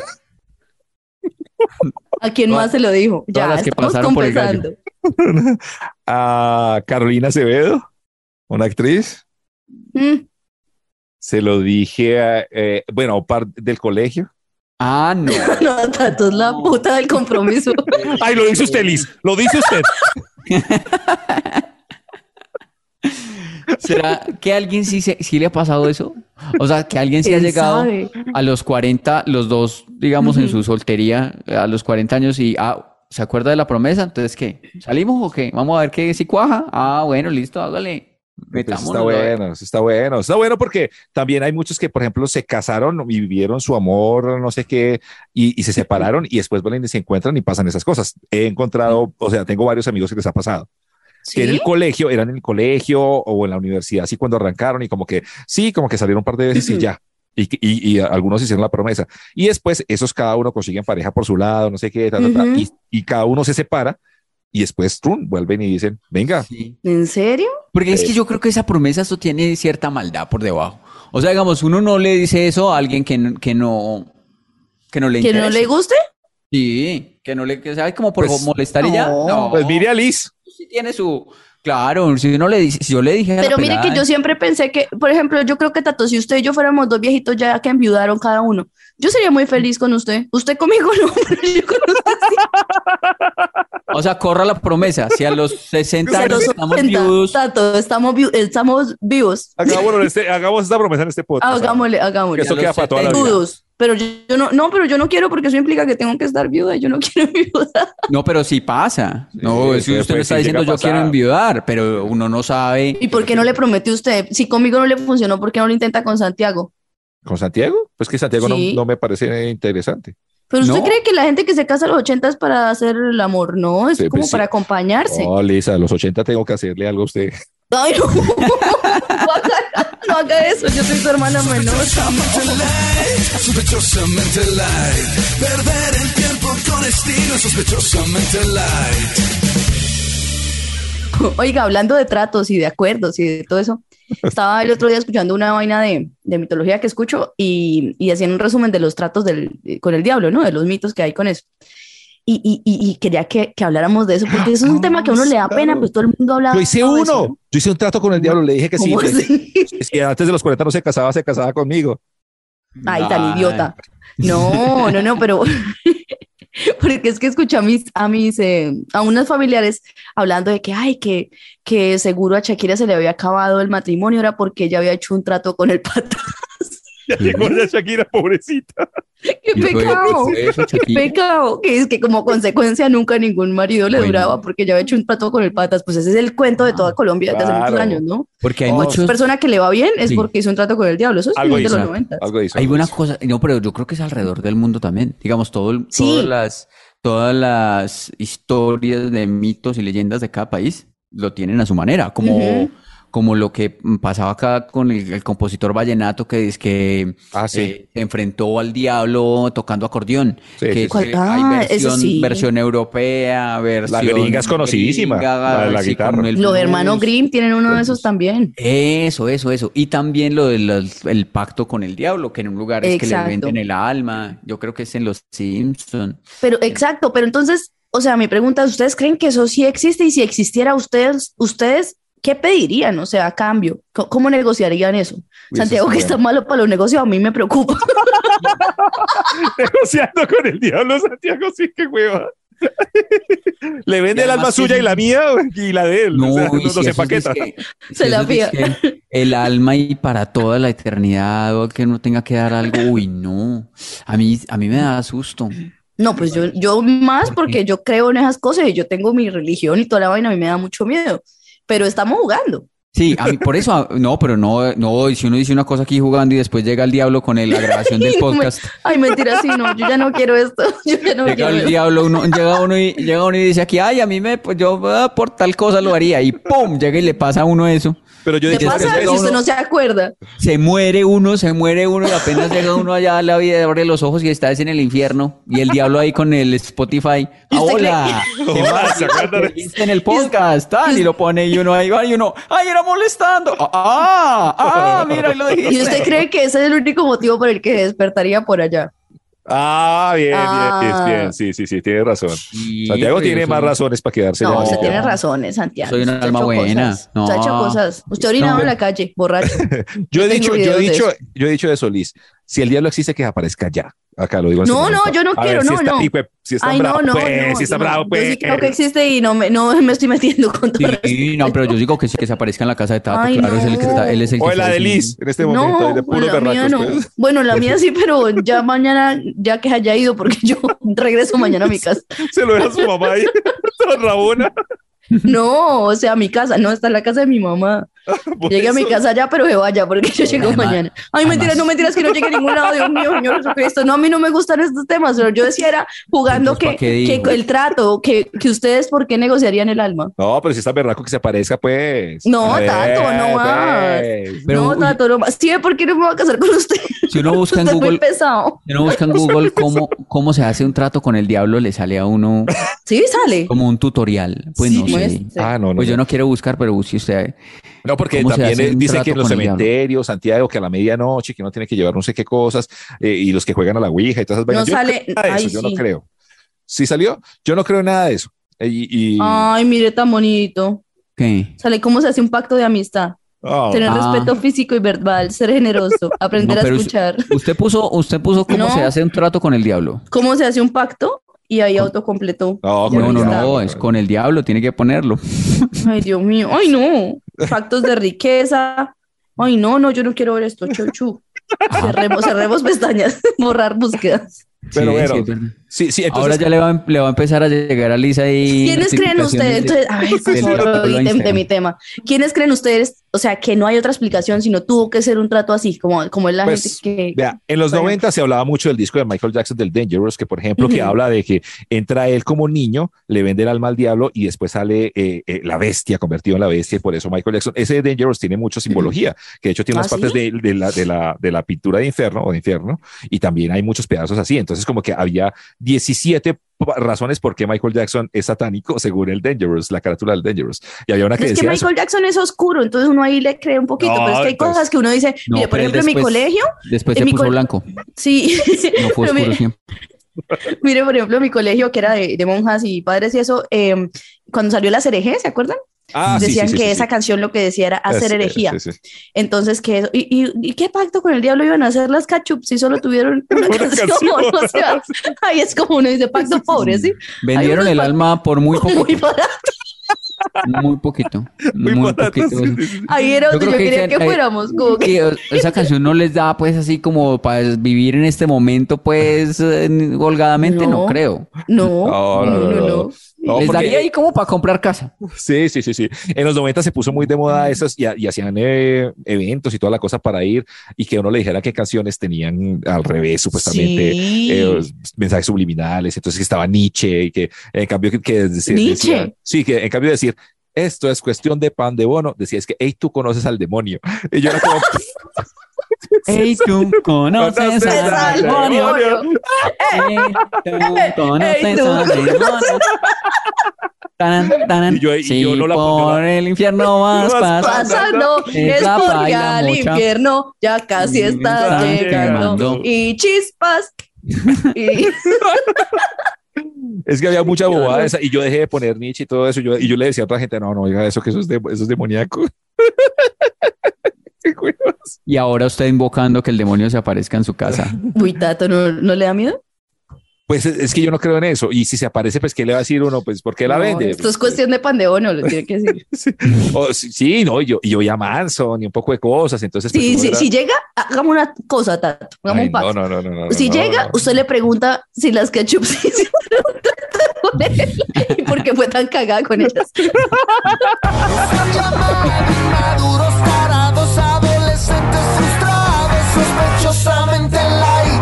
¿A quién más se lo dijo? Ya,
las que
estamos
pasaron por el gallo.
compensando.
A Carolina Acevedo, una actriz.
Mm,
Se lo dije a, eh, bueno, a un par del colegio.
Ah, no.
No, Tato, es la puta del compromiso.
Ay, lo dice usted, Liz. Lo dice usted.
¿Será que a alguien sí, se- sí le ha pasado eso? O sea, que alguien sí ha
¿Quién
llegado
sabe?
a los 40, los dos, digamos, en su soltería, a los 40 años y, ah, ¿se acuerda de la promesa? Entonces, ¿qué? ¿Salimos o qué? Vamos a ver qué si cuaja. Ah, bueno, listo, hágale.
Pues
Metámonos.
está bueno, eso está bueno, está bueno porque también hay muchos que, por ejemplo, se casaron y vivieron su amor, no sé qué, y, y se separaron y después vuelven y se encuentran y pasan esas cosas. He encontrado, o sea, tengo varios amigos que les ha pasado. Que en
¿Sí?
el colegio, eran en el colegio o en la universidad, así cuando arrancaron y como que, sí, como que salieron un par de veces y
Ujú.
ya. Y, que- y- y algunos hicieron la promesa. Y después esos cada uno consiguen pareja por su lado, no sé qué, ta, ta, ta,
Ujú.
y, y cada uno se separa y después, ¡trum!, vuelven y dicen, venga,
Sí.
¿En serio?
Porque es que
Eh.
yo creo que esa promesa, eso tiene cierta maldad por debajo. O sea, digamos, uno no le dice eso a alguien que, no- que no, que no le
¿Que no
interese.
le guste?
Sí, que no le, que sea como por
Pues,
molestar y ya.
no.
No.
pues mire a Liz.
sí tiene su. Claro, si uno le dice, si yo le dije. a la
Pero mire que
pelada,
yo siempre pensé que, por ejemplo, yo creo que Tato, si usted y yo fuéramos dos viejitos ya que enviudaron cada uno, yo sería muy feliz con usted. Usted conmigo no, pero yo con usted.
O sea, corra la promesa. Si a los 60
A
años
los
estamos
80,
viudos,
Tato, estamos, viu- estamos vivos.
Hagámoslo en este- hagamos esta promesa en este podcast.
Hagámosle, hagámosle.
Eso
a los
queda para toda la vida.
Viudos. Pero yo, yo no, no, pero yo no quiero porque eso implica que tengo que estar viuda y yo no quiero viuda.
No, pero sí pasa.
sí,
No, es que
pero
usted me
pues
está
sí llega
diciendo
a
yo quiero
pasar".
enviudar, pero uno no sabe.
¿Y por qué no le prometió usted? Si conmigo no le funcionó, ¿por qué no lo intenta con Santiago?
¿Con Santiago? Pues que Santiago no-
Sí.
no, me parece interesante.
Pero usted
No.
cree que la gente que se casa a los 80 es para hacer el amor, no, es
Sí, pues
como
sí.
para acompañarse.
Oh, Lisa, a los 80 tengo que hacerle algo a usted.
Ay, no. Guácala, no haga eso, yo soy su hermana menor.
Sospechosamente light. Perder el tiempo con estilo sospechosamente light.
Oiga, hablando de tratos y de acuerdos y de todo eso, estaba el otro día escuchando una vaina de, de mitología que escucho y, y hacían un resumen de los tratos del, eh, con el diablo, ¿no? De los mitos que hay con eso. Y, y- y- y quería que, que habláramos de eso,
Ah,
porque eso es un tema que a uno le da pena, pues todo el mundo habla.
Yo hice
de
uno.
eso,
Yo hice un trato con el diablo. Le dije que
¿no?
sí. pues.
¿Cómo
que-
así?
Si antes de los 40 no se casaba, se casaba conmigo.
Ay,
Ay.
tan idiota. No, no, no, pero porque es que escuché a mis, a mis, eh, a unas familiares hablando de que, ay, que, que seguro a Shakira se le había acabado el matrimonio, era porque ella había hecho un trato con el pata.
Ya llegó la Shakira, pobrecita.
¡Qué
Y luego,
pecado!
pues, eso,
¡Qué
Shakira.
pecado! Que es que como consecuencia nunca ningún marido le
Bueno.
duraba porque ella había hecho un trato con el patas. Pues ese es el cuento de toda Colombia desde hace muchos
claro.
años, ¿no?
Porque hay
Oh,
muchos.
Persona que le va bien es
Sí.
porque hizo un trato con el diablo. Eso es
Algo
de los
hizo.
90.
Algo hizo.
Hay
algo
una
hizo.
cosa, no, pero yo creo que es alrededor del mundo también. Digamos, todo, el-
Sí.
todas las, todas las historias de mitos y leyendas de cada país lo tienen a su manera, como,
Ujú.
como lo que mm, pasaba acá con el, el compositor vallenato que dice que
Ah, sí.
eh, se enfrentó al diablo tocando acordeón.
Sí,
que
sí, sí.
¿Cuál?
que hay
Ah, eso
versión,
sí.
versión europea, versión
gringa es conocidísima, la de la
sí, con
guitarra.
el
Los
blues.
hermanos Grimm tienen uno de esos también.
Eso, eso, eso. Y también lo del el pacto con el diablo, que en un lugar es que le
Exacto.
venden el alma. Yo creo que es en los Simpson.
Pero exacto, pero entonces, o sea, mi pregunta es, ¿ustedes creen que eso sí existe? Y si existiera ustedes, ustedes, ¿qué pedirían? O sea, a cambio, ¿cómo, cómo negociarían eso?
Uy,
Santiago,
eso
que
está
está malo para los negocios, a mí me preocupa.
Negociando con el diablo, Santiago, sí, qué hueva. Le vende el
además
alma
que
suya
es-
y la mía y la de él.
No,
o sea,
y si
no- no se
eso es
empaqueta.
dizque-
Se
si eso
la
es
fía.
dizque El alma y para toda la eternidad, o que no tenga que dar algo. Uy, no. A mí, a mí me da susto.
No, pues yo, yo más
¿Por
porque yo creo en esas cosas y yo tengo mi religión y toda la vaina, a mí me da mucho miedo. Pero estamos jugando.
Sí, a mí, por eso, a- no, pero no, no, y si uno dice una cosa aquí jugando y después llega el diablo con el- la grabación del
Y me-
podcast.
Ay, mentira, sí, no, yo ya no quiero esto. Yo ya no
Llega
quiero
el
esto.
diablo, uno, llega uno y llega uno y dice aquí, ay, a mí me, pues yo ah, por tal cosa lo haría y pum, llega y le pasa a uno eso.
Pero yo
¿Te
dije, "Pues,
pasa?
llega
Si usted
uno-
no se acuerda.
Se muere uno, se muere uno y apenas llega uno allá a la vida, abre los ojos y está es en el infierno y el diablo ahí con el Spotify.
¿Y
Ah,
usted
hola, ¿qué más? Está en el podcast, tal, y lo pone y uno ahí va y uno, ay, era molestando. Ah, ah, mira, ahí lo
¿Y usted
dijiste.
cree que ese es el único motivo por el que despertaría por allá?
ah, bien, bien,
Ah.
bien, bien. Sí, sí, sí, tiene razón.
Sí,
Santiago
pero
tiene
yo
más
soy-
razones para quedarse.
No,
llamado
usted
Santiago.
tiene razones, Santiago.
Soy una
Usted ha
alma
hecho
buena.
cosas. Usted ha hecho
No.
cosas. Usted orinaba
No.
en la calle, borracho.
Yo he
Tengo
dicho, yo he
videos de
dicho,
eso.
yo he dicho eso, Liz. Si el diablo existe, que aparezca ya. Acá lo digo. en
No,
este momento.
no, yo no
A
quiero,
ver, si
no,
está,
no.
y pues, si está
Ay,
bravo,
no, no,
pues,
no.
si está
no.
bravo, pues.
Yo sí creo que existe y no me, no me estoy metiendo con todo
Sí,
respeto.
no, pero yo digo que sí que se aparezca en la casa de Tato,
Ay,
claro, es el que está, él es el que
o
está
la de
definiendo.
Liz, en este momento,
No,
de puros
la mía
berracos.
no.
pues.
Bueno, la mía sí, pero ya mañana, ya que haya ido, porque yo regreso mañana a mi casa.
Se lo deja a su mamá ahí, toda rabona.
No, o sea, a mi casa, no, está en la casa de mi mamá.
Por
Llegue a mi
eso.
casa ya, pero se vaya, porque yo llego
Además-
mañana. Ay, mentiras,
además-
no mentiras que no llegue a ningún lado, Dios mío, Señor Jesucristo. No, a mí no me gustan estos temas, pero yo decía era jugando
Entonces,
que,
¿pa' qué
que
digo?
el trato, que, que ustedes, ¿por qué negociarían el alma?
No, pero si está berraco que se aparezca, pues.
No,
A
Tato, no
pues.
Pero,
no,
uy,
Tato, no más. Sí, ¿por qué no me voy a casar con usted?
Si uno busca en
Usted es muy
Google,
pesado.
si uno busca en Google cómo, cómo se hace un trato con el diablo, le sale a uno
Sí, sale.
como un tutorial. Pues
Sí,
no sé.
muestre.
Ah, no, no.
Pues yo
no.
no quiero buscar, pero busque usted.
No, porque
¿Cómo se
también
hace
eh,
un
dicen
trato
que en los
con el diablo?
cementerios, Santiago, que a la medianoche, que uno tiene que llevar no sé qué cosas, eh, y los que juegan a la Ouija y todas esas vainas. Yo
sale-
creo nada de
ay,
eso, yo no
sí.
creo. Si salió, yo no creo en nada de eso. Eh, Y, y-
Ay, mire, tan bonito.
¿Qué?
Sale cómo se hace un pacto de amistad.
Oh.
Tener
Ah.
respeto físico y verbal, ser generoso, aprender
No,
a
pero us-
escuchar.
Usted puso, usted puso cómo
No.
se hace un trato con el diablo.
¿Cómo se hace un pacto? Y ahí autocompletó.
No,
Ya
con
No,
el
no,
diablo,
no,
con
es
el-
con el diablo, tiene que ponerlo.
Ay, Dios mío. Ay, no. Pactos de riqueza. Ay, no, no, yo no quiero ver esto, chuchu. Cerremos, cerremos pestañas, borrar búsquedas.
Pero
Sí,
bueno,
sí, es verdad.
sí, sí, entonces,
Ahora ya le va, a- le va a empezar a llegar a Lisa y...
¿Quiénes creen
pues,
ustedes? Entonces, a ver, por favor,
del-
de, de mi tema. ¿Quiénes creen ustedes? O sea, que no hay otra explicación, sino tuvo que ser un trato así, como, como es la
Pues,
gente que.
Vea, en los
Bueno.
90 se hablaba mucho del disco de Michael Jackson del Dangerous, que por ejemplo, que
Ujú.
habla de que entra él como niño, le vende el alma al diablo y después sale eh, eh, la bestia, convertido en la bestia, y por eso Michael Jackson, ese de Dangerous tiene mucha simbología, que de hecho tiene
¿Ah,
unas partes
sí?
de, de la, de, la, de la pintura de Inferno o de Infierno, y también hay muchos pedazos así, entonces como que había 17 pa- razones por qué Michael Jackson es satánico según el Dangerous, la carátula del Dangerous. Y había una que
Pero es que
decía eso.
Michael Jackson es oscuro, entonces uno ahí le cree un poquito,
No,
pero es que hay
pues,
cosas que uno dice,
no,
mire, por
pero él
ejemplo, en mi
después-
colegio,
Después
en
se
mi
puso
col-
blanco.
sí,
No fue
pero
oscuro
mire,
siempre.
mire, por ejemplo, en mi colegio, que era de, de monjas y padres y eso, eh, cuando salió la herejes, ¿se acuerdan?
Ah, sí, sí,
Decían
sí,
que
sí, sí.
esa canción lo que decía era hacer
Sí,
herejía.
sí, sí.
Entonces, ¿qué eso? ¿Y, y, y qué pacto con el diablo iban a hacer las cachup si solo tuvieron una, canción? O sea, ahí es como uno dice pacto pobre, ¿sí?
Vendieron
unos
el
pa-
alma por muy poco,
Muy barato.
muy poquito, muy,
barato,
poquito.
sí, sí, sí.
Ahí era
Yo
donde
creo
yo,
que
quería
dicen,
que
eh,
fuéramos. Como que,
Que, o- esa canción no les da pues así como para vivir en este momento pues eh, holgadamente, no,
No.
creo.
no,
No,
no, no,
no, no, pues no. No,
les
porque-
daría ahí como para comprar casa.
Sí, sí, sí, sí. En los 90 se puso muy de moda esos y, ha- y hacían eh, eventos y toda la cosa para ir y que uno le dijera qué canciones tenían al revés, supuestamente.
Sí.
eh, os- mensajes subliminales, entonces que estaba Nietzsche y que en cambio que, que dec-
Nietzsche.
decía- sí, que en cambio de decir esto es cuestión de pan de bono, decía es que hey, tú conoces al demonio. Y yo era como
Ey, tú conoces
Conoces
al
al
demonio.
demonio.
Ey, tú conoces
tú
al demonio. Tan, tan.
Y yo- y
Si
yo no la-
por el infierno vas
vas
pasando.
Pasando
Es
es
la
por
baila
ya al
mucha.
infierno, ya casi
Mm,
está
está
llegando.
llegando.
Y chispas. Y-
Es que había mucha bobada esa, y yo dejé de poner Nietzsche y todo eso. Y yo, y yo le decía a otra gente, no, no, oiga, eso que eso es, de- eso es demoníaco. Qué huevos.
Y ahora usted invocando que el demonio se aparezca en su casa.
Uy, Tato, ¿no, no le da miedo?
pues es, es que yo no creo en eso. Y si se aparece, pues, ¿qué le va a decir uno? Pues, ¿por qué la
No,
vende?
Esto es cuestión de pandeo, no lo tiene que decir.
O, sí, sí, no, y yo, y yo ya manso, ni un poco de cosas. Entonces, pues,
Sí,
uno
sí,
era-
si llega, hagamos una cosa, Tato. Hagamos
Ay,
un pacto.
no, no, no, no, no,
si
no,
llega,
no.
usted le pregunta si las ketchup sí hicieron un trato con él y por qué fue tan cagada con ellas.
Llamar inmaduros, tarados, adolescentes frustrados, sospechosamente light.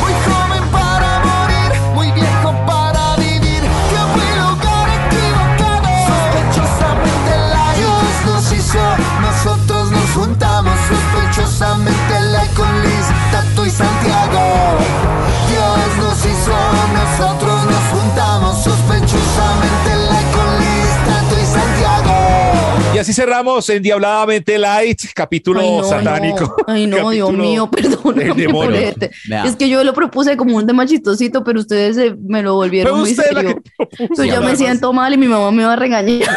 Muy joven para morir, muy viejo para vivir. Que fue lugar equivocado, sospechosamente light. Dios nos hizo, nosotros nos juntamos, sospechosamente light con Liz, Tato y Santiago. Dios nos hizo, nosotros nos juntamos, sospechosamente light con Liz, Tato y Santiago.
Y así cerramos Endiabladamente Light, capítulo
Ay, no,
satánico.
no. Ay, no, Dios
Capítulo
mío, perdóname
del
por
demonio.
este.
Vea.
Es que yo lo propuse como un tema chistosito, pero ustedes eh, me lo volvieron
Fue
muy
usted la
serio.
que propuso.
Entonces yo me
Además,
siento mal y mi mamá me va a regañar.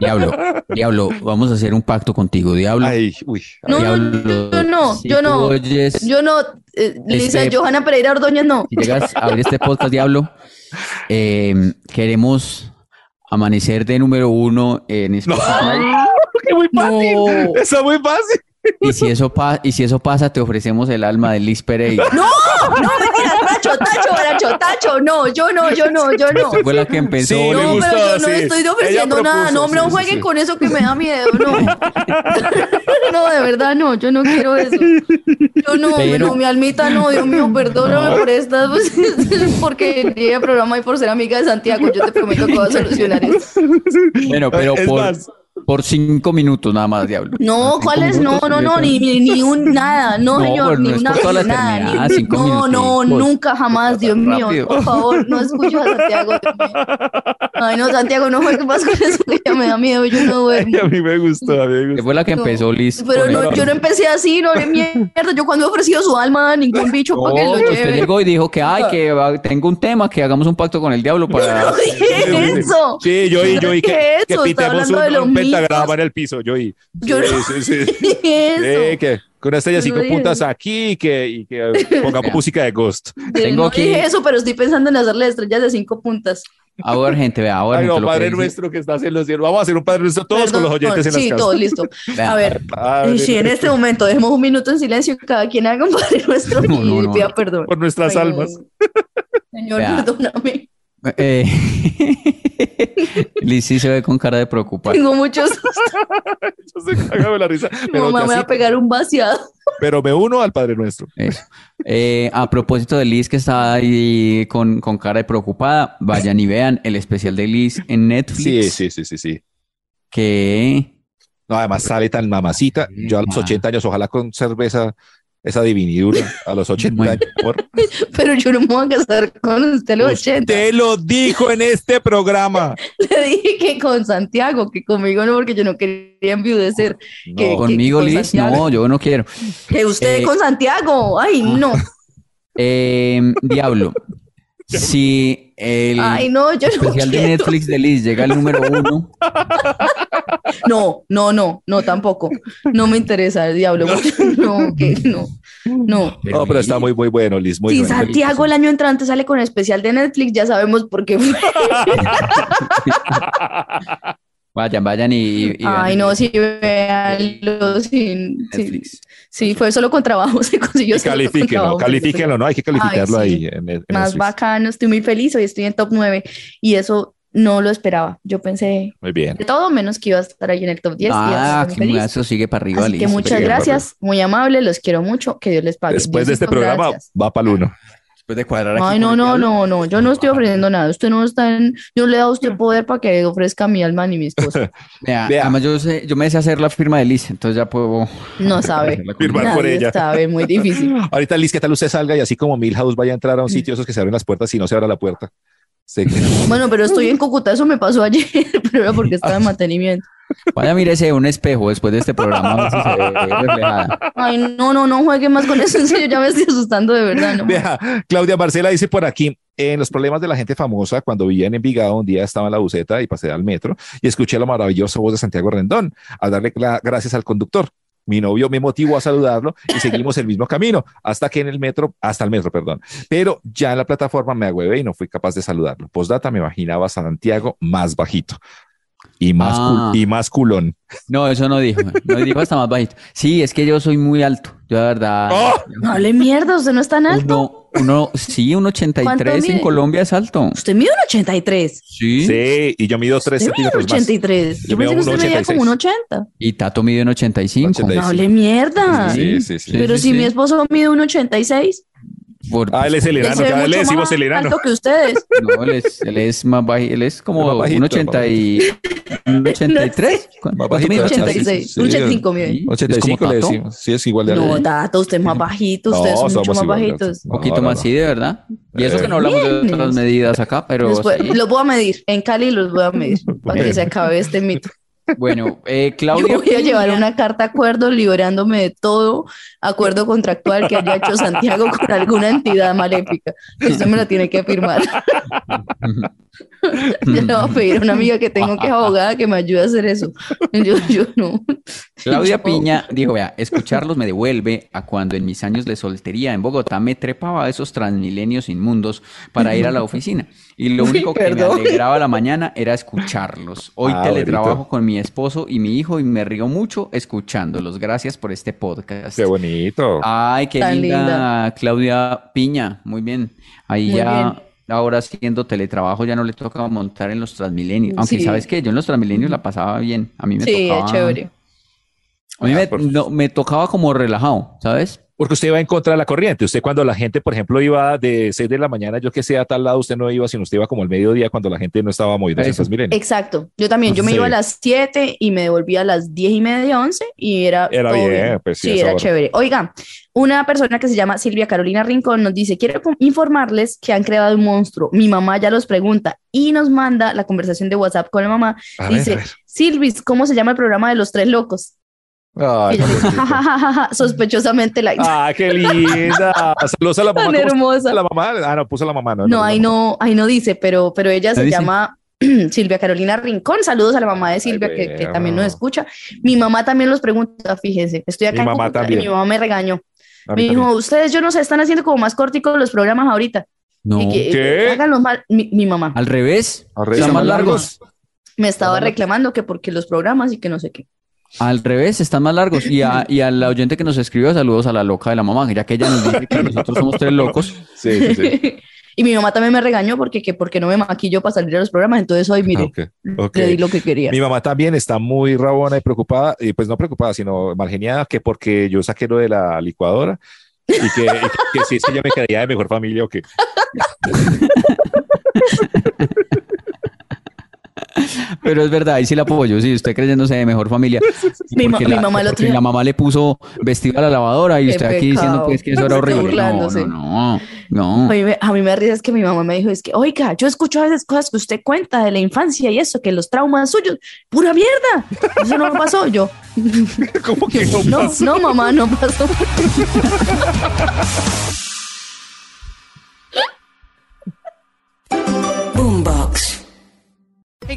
Diablo, diablo, vamos a hacer un pacto contigo, diablo.
Ay, uy.
No, no,
Diablo,
yo no,
si
yo
tú
no.
oyes-
Yo no, eh, Lisa,
Este-
Johanna Pereira Ordoñez, no.
Si llegas a abrir este podcast, Diablo, eh, queremos amanecer de número uno en Spotify.
Qué muy fácil.
No.
Eso es muy fácil.
Y, si eso pa- y si eso pasa, te ofrecemos el alma de Liz Pereira.
No, no, mentiras, Tacho, Tacho, Tacho, Tacho, no, yo no, yo no, yo no.
Fue la que empezó.
Sí, le
No,
gustó,
pero yo no
sí.
estoy
Ella
ofreciendo nada.
propuso,
No, hombre,
sí,
no
sí,
jueguen
sí.
con eso que me da miedo. No. No, de verdad, no. Yo no quiero eso. Yo no,
Pero-
no, mi almita, no. Dios mío, perdóname por estas porque el programa y por ser amiga de Santiago. Yo te prometo que voy a solucionar esto.
Bueno, pero
Es
por,
más.
por cinco minutos nada más, Diablo.
No,
Cinco
¿cuál es? No,
minutos,
no, no,
yo-
ni, ni, ni un nada. No,
No,
señor,
pero
ni
no es
una
por toda la
nada. ni-
eternidad, cinco
no, no,
minuticos.
nunca jamás, Dios mío.
Rápido.
Por favor, no escuches a Santiago. Dios mío. Ay, no, Santiago, no juegues más con eso que ya me da miedo. Yo no duermo.
A mí me gustó, a mí me
Que
gustó.
Fue la que
No,
empezó Liz.
Pero
con
no,
el-
yo no empecé así, no le mierda. Yo cuando he ofrecido su alma a ningún bicho para que
No, pues,
lo
usted
lleve.
llegó y dijo que, ay, que va- tengo un tema, que hagamos un pacto con el Diablo para...
No dije eso.
Sí, yo y yo y
¿Qué
que,
es
que
eso? Está
pitemos
hablando
un,
de los
un pentagrama
mitos.
en el piso, yo y.
Yo
sí,
no
sí, sí.
dije
Eh,
eso.
que con una estrella
Yo no
cinco
dije
puntas
eso.
aquí y que, y que pongamos
Vea.
música de Ghost.
Yo
Tengo
no
aquí-
dije eso, pero estoy pensando en hacerle estrellas de cinco puntas.
Ahora, gente, vea, ahora.
Ay, no,
gente, lo que
Padre
dice-
nuestro que estás en los cielos. Vamos a hacer un Padre nuestro todos
Perdón,
con los oyentes en las
Sí,
casas.
todo listo.
Vea,
A ver,
Padre
y si en este momento dejemos un minuto en silencio, cada quien haga un padre nuestro y
No, no, no.
pida perdón.
por nuestras
Ay,
almas.
Señor,
Vea.
perdóname.
Eh, Liz sí se ve con cara de preocupada.
Tengo muchos sustos.
Yo se caga de la risa.
Mi
Pero,
mamá me va a
así-
pegar un vaciado.
pero me uno al Padre nuestro.
Eso. Eh, a propósito de Liz que está ahí con, con cara de preocupada, vayan y vean el especial de Liz en Netflix.
Sí, sí, sí, sí, sí.
Que
No, además sale tan mamacita. Yo a los
Ah.
80 años, ojalá con cerveza, esa divinidura, a los 80
Bueno.
años. Por...
Pero yo no me voy a casar con usted a los 80.
Te lo dijo en este programa.
Le dije que con Santiago, que conmigo no, porque yo no quería enviudecer. Que-
No.
que-
conmigo,
con
Liz,
Santiago.
no, yo no quiero.
Que usted
Eh, ah,
con Santiago. Ay, no.
Eh, Diablo, si el
Ay, no, yo no
especial de
quiero.
Netflix de Liz llega al número uno,
No, no, no, no, tampoco. No me interesa el diablo. No, que no. No.
No, pero está muy, muy bueno, Liz. Muy
Si
bueno.
Santiago el año entrante sale con especial de Netflix, ya sabemos por qué fue.
vayan, vayan y, y- y vean
Ay,
el
no,
de
sí, véanlo. Sí, sí,
Netflix.
sí, fue solo con trabajo, se consiguió
Y
solo con
califíquenlo,
trabajo.
califíquenlo, ¿no? Hay que calificarlo
Ay, sí.
ahí. En, en
Más
Netflix.
bacano, estoy muy feliz, hoy estoy en top 9 y eso no lo esperaba. Yo pensé
Muy bien.
de todo menos que iba a estar ahí en el top 10 y
Ah,
estoy muy
qué
feliz.
mudazo, sigue para arriba,
Así que
Liz.
muchas
Bien,
gracias, muy amable, los quiero mucho, que Dios les pague.
Después de este
Diosito,
programa,
gracias.
va para el uno.
Después de cuadrar aquí con
Ay, no,
el
no,
Diablo.
no, no, yo no estoy ofreciendo nada. Usted no está en. Yo le he dado a usted poder para que ofrezca mi alma ni mi esposa.
Vea,
Vea.
Además, yo, sé- yo me sé hacer la firma de Liz, entonces ya puedo.
No sabe.
hacerla con-
Firmar por
Nadie
ella.
sabe, muy difícil.
Ahorita, Liz, ¿qué tal usted salga y así como Milhouse vaya a entrar a un sitio esos que se abren las puertas y no se abra la puerta? Se-
Bueno, pero estoy en Cúcuta, eso me pasó ayer, pero era porque
Ah.
estaba en mantenimiento.
Vaya, mírese un espejo después de este programa, a ver si se ve reflejada.
Ay, no, no, no juegue más con eso, en serio, ya me estoy asustando de verdad. No.
Vea, Claudia Marcela dice por aquí, en los problemas de la gente famosa, cuando vivía en Envigado, un día estaba en la buceta y pasé al metro y escuché la maravillosa voz de Santiago Rendón al darle la- gracias al conductor. Mi novio me motivó a saludarlo y seguimos el mismo camino hasta que en el metro, hasta el metro, perdón. Pero ya en la plataforma me agüevé y no fui capaz de saludarlo. Postdata me imaginaba a Santiago más bajito y más,
Ah.
cul- y más culón.
No, eso no dijo. No dijo hasta más bajito. Sí, es que yo soy muy alto. Yo, la verdad.
¡Oh!
No hable mierda, usted no es tan alto.
Uno, uno, sí, un 83 en
mide?
Colombia es alto.
Usted mide un 83.
Sí.
Sí, y yo mido tres
Usted mide un
centímetros pues más.
83.
Yo
Yo pensé que
mido
usted
un
medía como un 80.
Y Tato mide en 85.
85.
No hable mierda.
Sí, sí, sí.
Pero
sí,
si
sí.
mi esposo mide un 86,
Por-
Ah, él es el
él
enano,
se ve
cada vez le
mucho
decimos
más
el enano.
alto que ustedes.
no, él es, él es más bajito. Él es como
Más bajito,
un 80 y... un 83. ¿Cuánto
bajito,
mide?
Tato.
86,
Sí,
un 85 mide.
Sí, es como
85 le
Tato.
decimos. Sí, es igual de
No,
alto.
Tato, usted es más bajito, ustedes son
No,
mucho
somos
más
igual de
bajitos.
altos.
Un poquito
No, no,
más,
no.
sí, de verdad. Y eso que no hablamos de otras medidas acá, pero
Después-
sí.
Los voy a medir, en Cali los voy a medir, para que se acabe este mito.
Bueno, eh,
Yo
Claudia,
voy a llevar una carta acuerdo liberándome de todo acuerdo contractual que haya hecho Santiago con alguna entidad maléfica. Usted me la tiene que firmar. Yo le voy a pedir a una amiga que tengo que es abogada que me ayude a hacer eso. Yo, yo no.
Claudia
Yo-
Piña dijo, vea, escucharlos me devuelve a cuando en mis años de soltería en Bogotá me trepaba a esos transmilenios inmundos para ir a la oficina. Y lo
Uy,
único que me
perdón.
alegraba la mañana era escucharlos. Hoy
Ah,
teletrabajo
bonito.
con mi esposo y mi hijo y me río mucho escuchándolos. Gracias por este podcast.
Qué bonito.
Ay, qué
Tan
linda,
linda.
Claudia Piña. Muy bien. Ahí
Muy
ya,
bien.
ahora haciendo teletrabajo, ya no le toca montar en los Transmilenios. Aunque,
Sí.
¿sabes qué? Yo en los Transmilenios la pasaba bien. A mí me
Sí,
tocaba.
chévere.
A mí
Ah,
me,
por-
no, me tocaba como relajado, ¿sabes?
Porque usted va en contra de la corriente. Usted cuando la gente, por ejemplo, iba de 6 de la mañana, yo que sé, a tal lado, usted no iba, sino usted iba como al mediodía cuando la gente no estaba moviendo.
Eso.
Entonces, miren,
Exacto, yo también, yo me
Sí.
iba a las 7 y me devolvía a las 10 y media, 11 y era...
Era
todo
bien, pues sí,
sí,
a esa
era
hora.
chévere. Oiga, una persona que se llama Silvia Carolina Rincón nos dice, quiero com- informarles que han creado un monstruo, mi mamá ya los pregunta y nos manda la conversación de WhatsApp con la mamá,
a ver,
dice,
a ver.
Silvis, ¿cómo se llama el programa de los tres locos?
Ay,
Y yo,
tan bonito.
"Jajajaja", sospechosamente la...
Ay, qué linda. Saludos a la mamá.
tan
¿Cómo
hermosa.
está la mamá? Ah, no, puso la mamá. No,
No, ahí no, ahí no dice, pero, pero ella
¿No
se
dice?
llama Silvia Carolina Rincón. Saludos a la mamá de Silvia, que, que
bueno.
también nos escucha. Mi mamá también los pregunta, fíjese. Estoy acá
Mi
en
mamá
Cúcuta y
también.
mi mamá me regañó.
A
Me
mí
dijo, ustedes, yo no sé, están haciendo como más corticos los programas ahorita.
No.
Y que-
¿Qué?
hagan los mal- mi, mi mamá
Al revés.
Al revés,
Están
son
más
Ah, más
largos.
me estaba reclamando que porque los programas y que no sé qué.
Al revés, están más largos. Y a, y a la oyente que nos escribió, saludos a la loca de la mamá, ya que ella nos dice que nosotros somos tres locos.
Sí, sí, sí.
y mi mamá también me regañó porque, que porque no me maquillo para salir a los programas. Entonces hoy, mire,
Ah, ok, ok.
le di lo que quería.
Mi mamá también está muy rabona y preocupada, y pues no preocupada, sino malgeniada, que porque yo saqué lo de la licuadora y que, y que- que si es que yo me quedaría de mejor familia o que
Pero es verdad, ahí sí la apoyo. Sí, usted creyéndose de mejor familia.
Mi ma-
Porque
mi
la-
mamá el otro
porque
día-
la mamá le puso vestido a la lavadora y
Qué
usted aquí diciendo
pecado.
pues que eso era
Está
horrible. No,
burlándose.
no, no, no.
A mí, me, a mí me da risa es que mi mamá me dijo, es que, oiga, yo escucho a veces cosas que usted cuenta de la infancia y eso, que los traumas suyos, pura mierda. Eso no me pasó yo.
¿Cómo que no
No,
pasa?
no, mamá, no pasó.
Boombox.
Hey